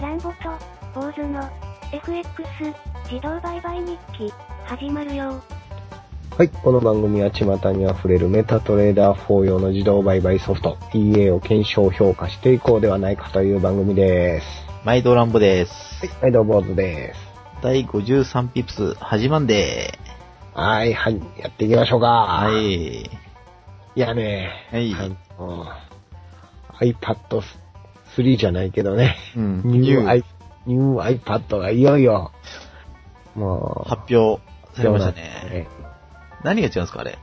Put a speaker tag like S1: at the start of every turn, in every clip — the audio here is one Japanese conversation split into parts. S1: ランボと、坊主の、FX、自動売買日記、始まるよ
S2: はい、この番組は巷に溢れるメタトレーダー4用の自動売買ソフト EA を検証評価していこうではないかという番組です。
S3: 毎度ランボです。
S2: はい、どうも坊主です。
S3: 第53ピプス、始まんで
S2: はい、はい、やっていきましょうか。
S3: ー。は。
S2: はいいやね、
S3: はい
S2: あの iPad 3じゃないけどね、
S3: うん
S2: ニュー
S3: New
S2: i- ニュー iPad がいよいよ、もう、
S3: 発表されましたね。
S2: ね。
S3: 何が違うんですか、あれ。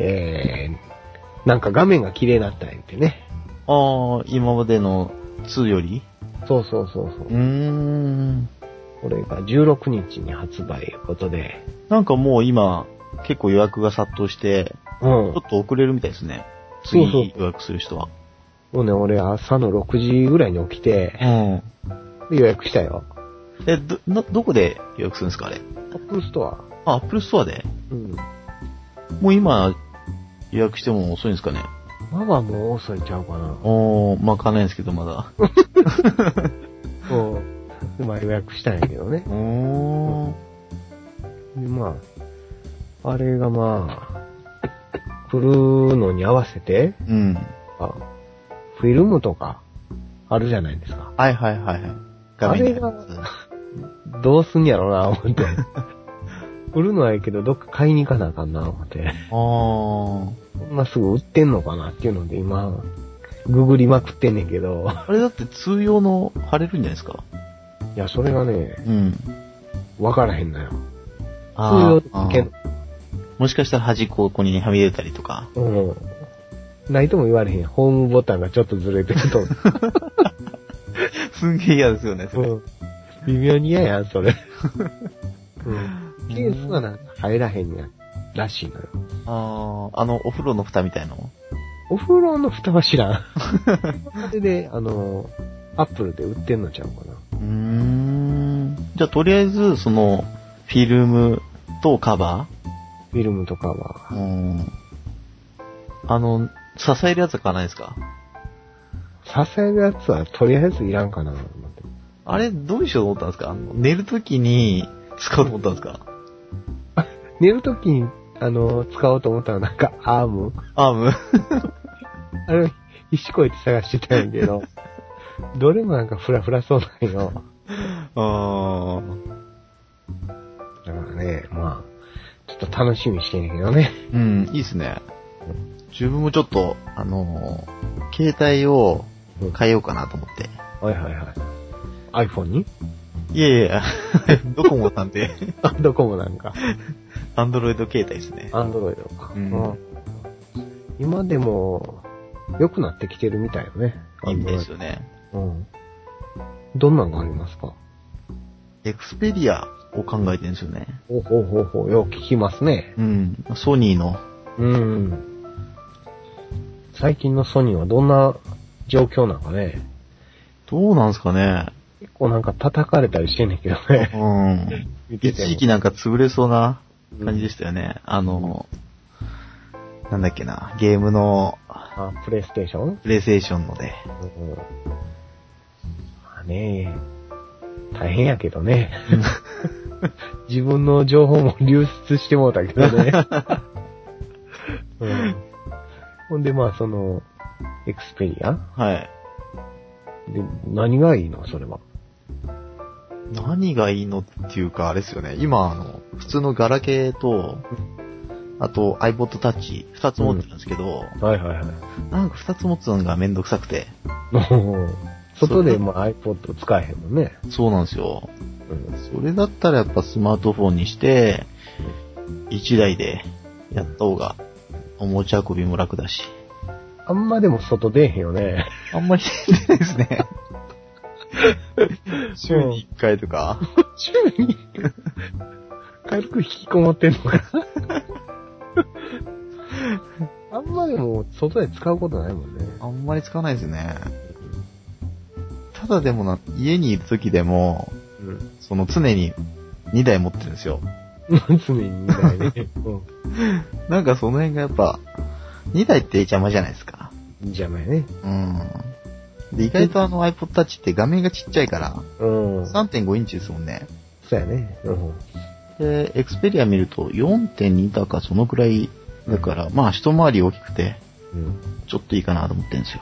S2: えー、なんか画面が綺麗になったんやってね。
S3: ああ、今までの2より
S2: そうそうそうそう
S3: う。ーん。
S2: これが16日に発売いうことで、
S3: なんかもう今、結構予約が殺到して、
S2: うん。
S3: ちょっと遅れるみたいですね。
S2: そ
S3: 次
S2: うそう
S3: 予約する人は。
S2: もうね、俺朝の6時ぐらいに起きて、
S3: うん。
S2: で予約したよ。
S3: え、ど、などこで予約するんですか、あれ。
S2: アップルストア。
S3: あ、アップルストアで
S2: うん。
S3: もう今、予約しても遅いんですかね。
S2: まあまあもう遅いんちゃうかな。
S3: おー、まあ、わかんないんですけど、まだ。
S2: うん。で、まあ予約したんやけどね。
S3: おー。
S2: で、まあ、あれがまあ、来るのに合わせて、
S3: うん。
S2: あフィルムとか、あるじゃないですか。
S3: はいはいはいはい。画面に入るやつ
S2: どうすんやろな、 思って。売るのはいいけど、どっか買いに行かなあかんな、思って。
S3: あ
S2: こんなすぐ売ってんのかなっていうので、今、ググりまくってんねんけど。
S3: あ。あれだって通用の貼れるんじゃないですか
S2: いや、それがね、
S3: うん。
S2: わからへんのよ。
S3: あー
S2: 通用券
S3: もしかしたら端っこをここにはみ出たりとか。
S2: うん。ないとも言われへん。ホームボタンがちょっとずれてると。
S3: すんげえ嫌ですよね、それ。
S2: うん微妙に嫌やん、それ。うん。ケースがなんか入らへんやん。らしいのよ。
S3: ああ、あの、お風呂の蓋みたいの
S2: お風呂の蓋は知らん。あれで、あの、アップルで売ってんのちゃうかな。
S3: うーん。じゃあ、とりあえず、その、フィルムとカバ
S2: フィルムとかは。
S3: ーうん。あの、支えるやつは買わないですか
S2: 支えるやつはとりあえずいらんかな、思って。
S3: あれ、どうしようと思ったんですかあの寝るときに使おうと思ったんですか
S2: 寝るときに、あの、使おうと思ったらなんか アーム
S3: アーム
S2: あれ、必死こいて探してたんやけ ど、どれもなんかフラフラそうなんよ。
S3: あー。
S2: だからね、まあ、ちょっと楽しみにしてんねんけどね。
S3: うん、いいっすね。自分もちょっと、あのー携帯を変えようかなと思って。
S2: はいはいはい。iPhone に
S3: いやいや、 ドコモさんで、
S2: あ、ドコモなんか。
S3: アンドロイド携帯ですね。
S2: Android か。
S3: うん
S2: 今でも、良くなってきてるみたいよね。
S3: いいんです
S2: Android
S3: よね。
S2: うん。どんなのがありますか
S3: エクスペリアを考えてるんですよね。
S2: ほうほうほうほう、よく聞きますね。
S3: うん、ソニーの。
S2: うん。最近のソニーはどんな状況なのかね。
S3: どうなんすかね。
S2: 結構なんか叩かれたりしてんねんけどね。
S3: う
S2: 見
S3: ん。
S2: て
S3: 一
S2: ても
S3: 時期なんか潰れそうな感じでしたよね。あのーなんだっけな、ゲームの、
S2: あ、プレイステーションうん。
S3: プレイステーションので。
S2: まあね大変やけどね。 自分の情報も流出してもうたけど ね。うん、ほんでまあその、エクスペリア
S3: はい。
S2: で何がいいのそれは。
S3: 何がいいのっていうか、あれですよね。今、あの、普通のガラケーと、あと iPod Touch、二つ持ってるんですけど、
S2: はいはいはい。
S3: なんか二つ持つのがめんどくさくて。
S2: 外でも iPod 使えへんもんね。
S3: そうなんですよ。
S2: うん
S3: それだったらやっぱスマートフォンにして、一台でやった方が、お持ち運びも楽だし。
S2: あんまでも外出えへんよね。
S3: あんまり出ないですね。 週に一回とか。
S2: 週に軽く引きこもってんのかなあんまでも外で使うことないもんね。
S3: あんまり使わないですね。ただでもな、家にいる時でも、
S2: うん。
S3: その常に2台持ってるんですよ。
S2: 常に見ないね。う
S3: なんかその辺がやっぱ、2台って邪魔じゃないですか。
S2: ん。邪魔やね。
S3: うん。で、意外とあの iPod Touch って画面がちっちゃいから、
S2: うん。そ
S3: 3.5インチですもんね。
S2: うやね。うん。
S3: で、Xperia 見ると4.2だかそのくらい、だから、まあ一回り大きくて、
S2: うん。
S3: ちょっといいかなと思ってるんですよ。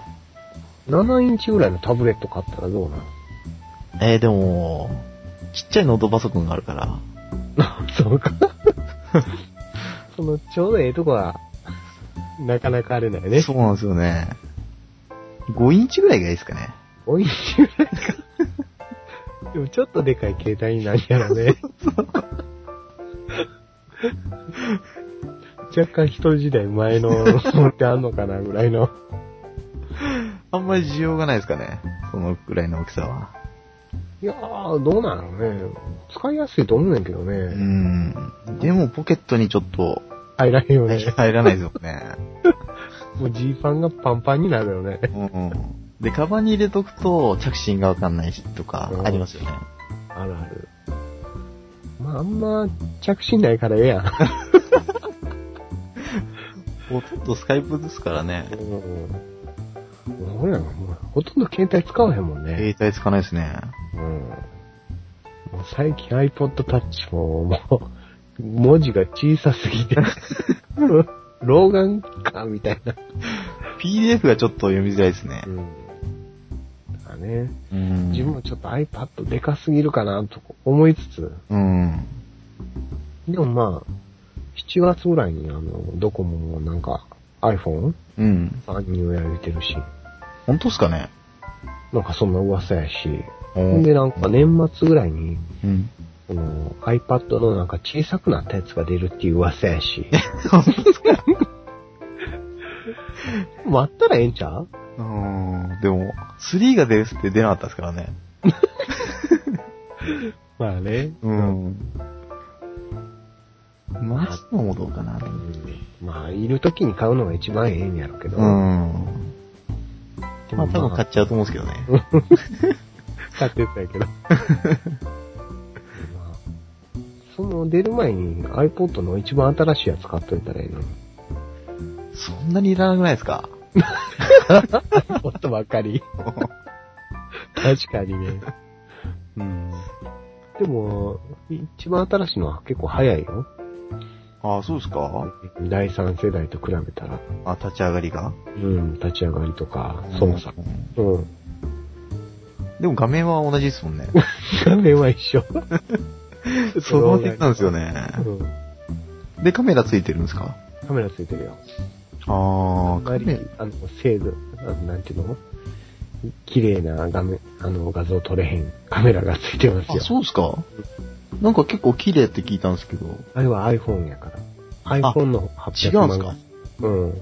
S2: 7インチぐらいのタブレット買ったらどうな
S3: えー、でも、ちっちゃいノートパソコンがあるから、
S2: のそう か。その、ちょうどええとこは、なかなかあれだよね。
S3: そうなんですよね。5インチぐらいがいいですかね。
S2: 5インチぐらいか。でもちょっとでかい携帯になんやろね。若干一人時代前の持ってあんのかなぐらいの。
S3: あんまり需要がないですかね。そのくらいの大きさは。
S2: いやー、どうなのね。使いやすいと思うねんけどね。
S3: うん。でもポケットにちょっと
S2: 入らへんよね。
S3: 入らないですよね。
S2: もうジーパンがパンパンになるよね。
S3: うん。で、カバンに入れとくと着信がわかんないしとかありますよね。
S2: あるある。まあ、あんま着信ないからええやん。
S3: ほとんどスカイプですからね。
S2: うん。俺らがもうほとんど携帯使わへんもんね。
S3: 携帯つかないですね。
S2: うん。もう最近 iPod Touch ももう、文字が小さす ぎて、老眼か、みたいな。
S3: PDF がちょっと読みづらいですね
S2: う。ん。だからね、
S3: うん
S2: 自分もちょっと iPad でかすぎるかな、と思いつつ、
S3: うん。
S2: でもまあ、7月ぐらいにあの、ドコモもなんか iPhone
S3: うん。
S2: 参入やれてるし、
S3: 本当っすかね
S2: なんかそんな噂やし、
S3: う
S2: ほんでなんか年末ぐらいに、
S3: うん。
S2: その iPad のなんか小さくなったやつが出るっていう噂やし。 割ったらええんちゃう
S3: うん。でも、3が出るって出なかったですからね。
S2: まあね。
S3: うん。待つのもどうかな。
S2: まあ、いる時に買うのが一番ええんやろうけど。
S3: うん。まあ多分買
S2: 買
S3: っちゃうと思うんですけどね。
S2: ってたんや けど。まあその出る前に iPod の一番新しいやつ買っといたらええのに。
S3: そんなにいらなくないですか
S2: iPod ばっかり。確かにね。
S3: うん。
S2: でも、一番新しいのは結構早いよ。
S3: ああ、そうですか
S2: 第3世代と比べたら。
S3: あ、立ち上がりが
S2: うん、立ち上がりとか、操作。
S3: うん
S2: うん。
S3: でも画面は同じですも んね。
S2: 画面は一緒。
S3: その点なんですよね。
S2: うん。
S3: で、カメラついてるんですか
S2: カメラついてるよ。
S3: ああ、カ
S2: あ
S3: メラ。
S2: あの、精度、あのなんていうの綺麗な画面、あの、画像撮れへんカメラがついてます
S3: あ、
S2: よ。
S3: そうですかなんか結構綺麗って聞いたんですけど。
S2: あれは iPhone やから。iPhone の
S3: 違
S2: 800
S3: うん
S2: 万
S3: ですか
S2: 画うん。
S3: え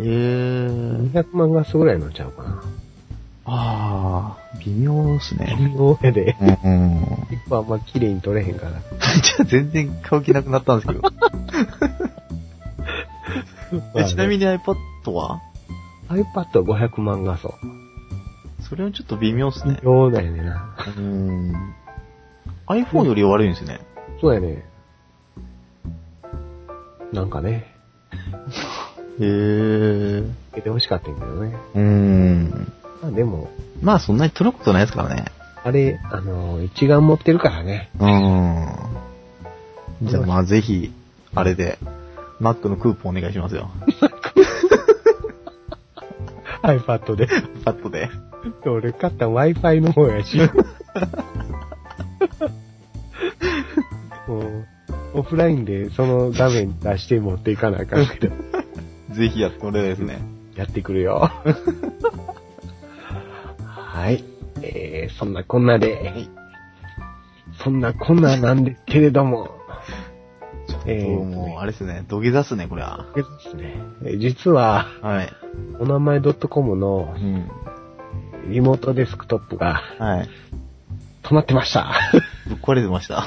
S3: えー。
S2: 200万画素ぐらいのちゃうかな。
S3: ああ、微妙ですね。
S2: 微妙やで。
S3: うんうん。
S2: 一個あんま綺麗に撮れへんから。
S3: じゃあ全然買う気なくなったんですけ ど。えちなみに iPad は
S2: に。iPad は500万画素。
S3: それはちょっと微妙ですね。
S2: そうだよねな。
S3: うん。iPhone より悪いんですね。
S2: そうやね。なんかね、
S3: へえー。
S2: 受けて欲しかったんやけどね。
S3: うん。
S2: まあでも、
S3: まあそんなに取ることないですからね。
S2: あれ、あの、一眼持ってるからね。
S3: うん。じゃあまあぜひ、あれで、Mac のクーポンお願いしますよ。
S2: iPad で。
S3: パッとで。
S2: 俺買った Wi-Fi の方やし。もう、オフラインでその画面出して持っていかなあかんけど、
S3: ぜひやってもらいたいですね。
S2: やってくるよ。はい。えー、そんなこんなで、そんなこんななんですけれども、
S3: ちょっと
S2: えー
S3: もう、あれですね、土下座っすね、これは。
S2: ですね、えー実は、
S3: はい。
S2: お名前 .com の
S3: うん。
S2: リモートデスクトップが
S3: はい。
S2: 止まってました。
S3: ぶっ壊れてました。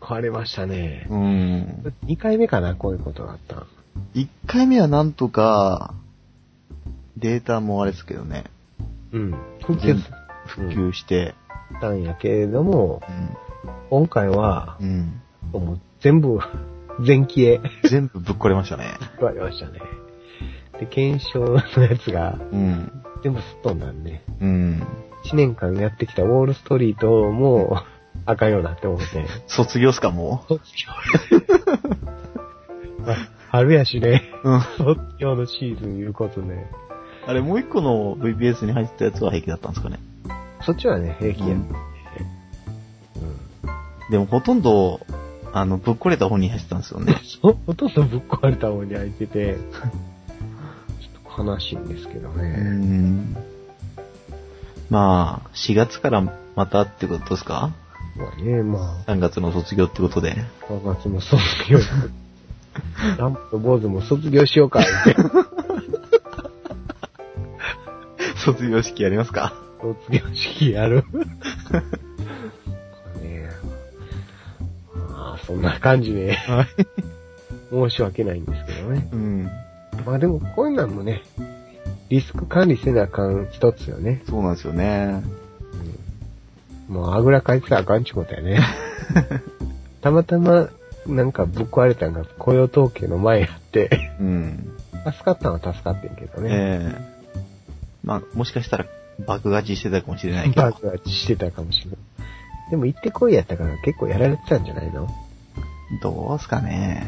S2: 壊れましたね。
S3: うん。
S2: 2回目かな、こういうことがあったの
S3: 1回目はなんとか、データもあれですけどね、
S2: うん。復旧
S3: 復旧して、
S2: したんやけれども、今回は、
S3: うん。うん。
S2: もう全部、 全消え、
S3: 全部ぶっ壊れましたね。
S2: 言われましたね。で、検証のやつが、
S3: うん。
S2: でもすっ飛んだんで、
S3: うん。
S2: 1年間やってきたウォールストリートも、あかんよなって思って。
S3: 卒業っすか、も
S2: 卒業まあ春やしね、
S3: う。うん。
S2: 卒業のシーズンいうことね。
S3: あれ、もう一個の VPS に入ってたやつは平気だったんですかね。
S2: そっちはね、平気や。うん。
S3: でも、ほとんど、あの、ぶっこれた方に入ってたんですよね。
S2: そほとんどぶっ壊れた方に開いてて、ちょっと悲しいんですけど
S3: う
S2: ね。
S3: ん。まあ、4月からまたってことですか
S2: まあね、ま
S3: ?3 月の卒業ってことで。
S2: あ、3月も卒業。ランプと坊主も卒業しようか、って。
S3: 卒業式やりますか
S2: 卒業式やる。ねえ。まあ、そんな感じで、申し訳ないんですけどね。
S3: うん。
S2: まあでも、こういうのもね、リスク管理せなあかん一つよね。
S3: そうなんですよね。
S2: もう、あぐらかいてたらあかんちゅうことやね。たまたま、なんかぶっ壊れたんが雇用統計の前やって、
S3: うん。
S2: 助かったのは助かってんけどね。
S3: ええまあ、もしかしたら爆勝ちしてたかもしれないけ
S2: バ
S3: ど。
S2: ークはしてたかもしれない。でも行ってこいやったから結構やられてたんじゃないの
S3: どうすかね。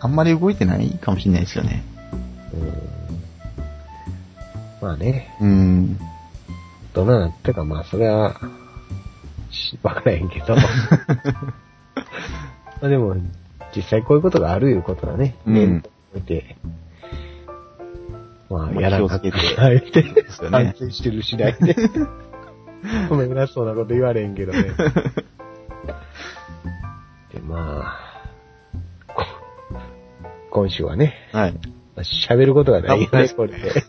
S3: あんまり動いてないかもしれないですよね。
S2: うんまあね、
S3: うん。
S2: どんななってかまあそれは、しわからへんけ ど。まあでも、実際こういうことがあるいうことだね。
S3: うん
S2: 年度を見て。まあ、
S3: まあ
S2: やらなく
S3: 気を
S2: て
S3: つけて、
S2: はいで
S3: ですよ
S2: 反
S3: ね。
S2: 省してる次 第で。ごめんなそうなこと言われへんけどね。 で、まあ、こ今週はね、
S3: はい。
S2: まあ喋ることがないよ
S3: あは
S2: ね、
S3: い
S2: これで。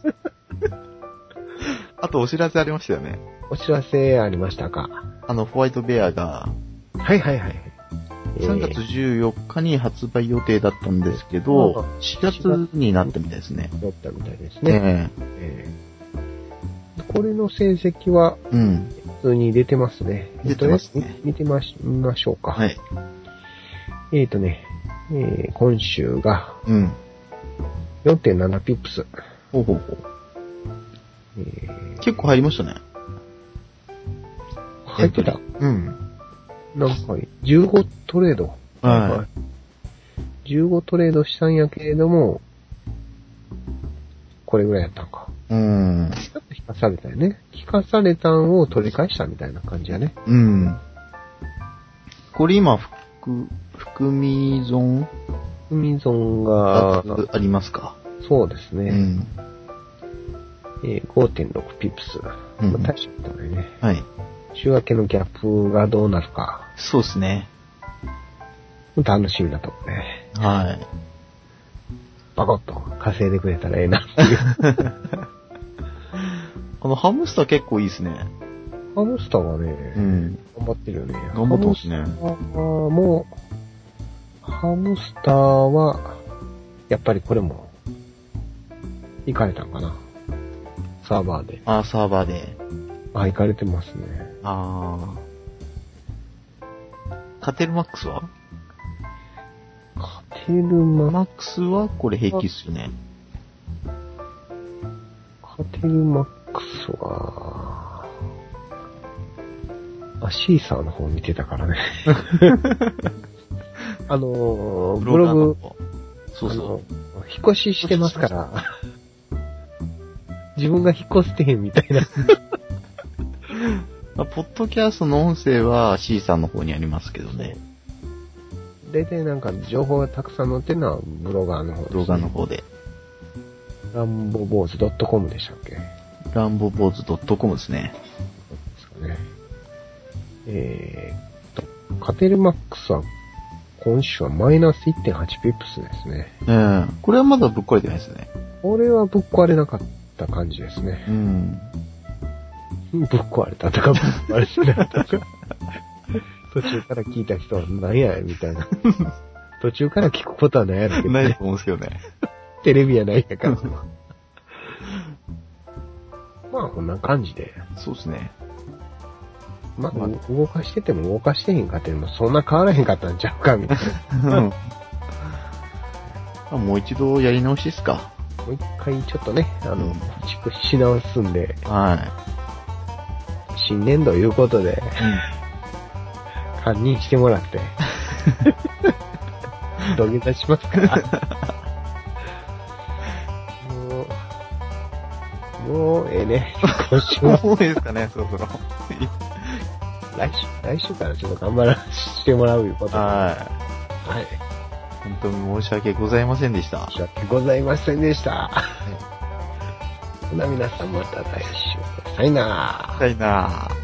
S3: あとお知らせありましたよね。
S2: お知らせありましたか
S3: あの、ホワイトベアが
S2: はいはいはい。
S3: 3月
S2: え
S3: 14日に発売予定だったんですけ
S2: あ
S3: ど
S2: あ、
S3: 4月になったみたいですね。
S2: ーだったみたいですね。
S3: ねえ
S2: えーこれの成績は
S3: うん。
S2: 普通に出てますね。
S3: 出てますね
S2: えっと見てまし、見ましょうか。
S3: はい。
S2: えっ、とね、えー今週が
S3: うん。
S2: 4.7ピップス。
S3: ほうほうほう。
S2: えー
S3: 結構入りましたね。
S2: 入ってた。
S3: うん。
S2: なんか、15トレード。。
S3: はい
S2: 15トレードしたんやけれども、これぐらいやったんか。
S3: うん。
S2: ちょっと引かされたよね。引かされたんを取り返したみたいな感じやね。
S3: うん。これ今、含、含み損
S2: 海損が
S3: が、ありますか
S2: そうです
S3: う
S2: ね、
S3: ん。
S2: えー5.6ピップス。
S3: うん
S2: まあ、大したことないね。
S3: はい。
S2: 週明けのギャップがどうなるか、
S3: そうですね。
S2: 楽しみなとこね。
S3: はい。
S2: バコッと稼いでくれたらええなっていう。
S3: このハムスター結構いいですね。
S2: ハムスターはね、
S3: ん。
S2: 頑張ってるよね。
S3: 頑張ってますね。
S2: ハムスターも、ハムスターは、やっぱりこれも、行かれたんかな。サーバーで。
S3: あー、サーバーで。
S2: あ、行かれてますね。
S3: あー。カテルマックスは
S2: カテルマ、
S3: マックスはこれ平気っすよね。
S2: カテルマックスは、あ、シーサーの方見てた からね。あのー、ブログ、
S3: ブロガーのそうそ
S2: あの引っ越ししてますから、 自分が引っ越してへんみたいな。
S3: う。まあポッドキャストの音声は C さんの方にありますけどね。
S2: 大体なんか情報がたくさん載ってるのはブロガーの方です、
S3: ブロガーの。方で。
S2: ランボボーズ .com でしたっけで
S3: ランボボーズ .com ですね。
S2: すかね。えーっと、カテルマックスは今週はマイナス1.8ピップスですね。
S3: うん。これはまだぶっ壊れてないですね。
S2: これはぶっ壊れなかった感じですね。
S3: うん。
S2: ぶっ壊れたとか、ぶっ壊れてなかったとか。途中から聞いた人は何やみたいな。途中から聞くことはないやろけど、
S3: ないと思うんですけどね。
S2: テレビやないや から。まあ、こんな感じで。
S3: そうですね。
S2: まあ、
S3: まあ
S2: 動かしてても動かしてへんかっても、そんな変わらへんかったんちゃうか、みたいな。
S3: うん。もう一度やり直しですか。
S2: もう一回ちょっとね、あ
S3: う
S2: の
S3: ん、
S2: 構し直すんで、
S3: は
S2: 新年度いうことで、
S3: い。うん
S2: 堪忍してもらって。土下座しますから。もう、もうええね。今週は、
S3: もういいですかね、そろそろ。
S2: 来週、来週からちょっと頑張らしてもらういうことで。
S3: は
S2: はい。
S3: い。本当に申し訳ございませんでした。
S2: 申し訳ございませんでした。ほな、皆さんまた来週。さよなら。
S3: 痛いなぁ。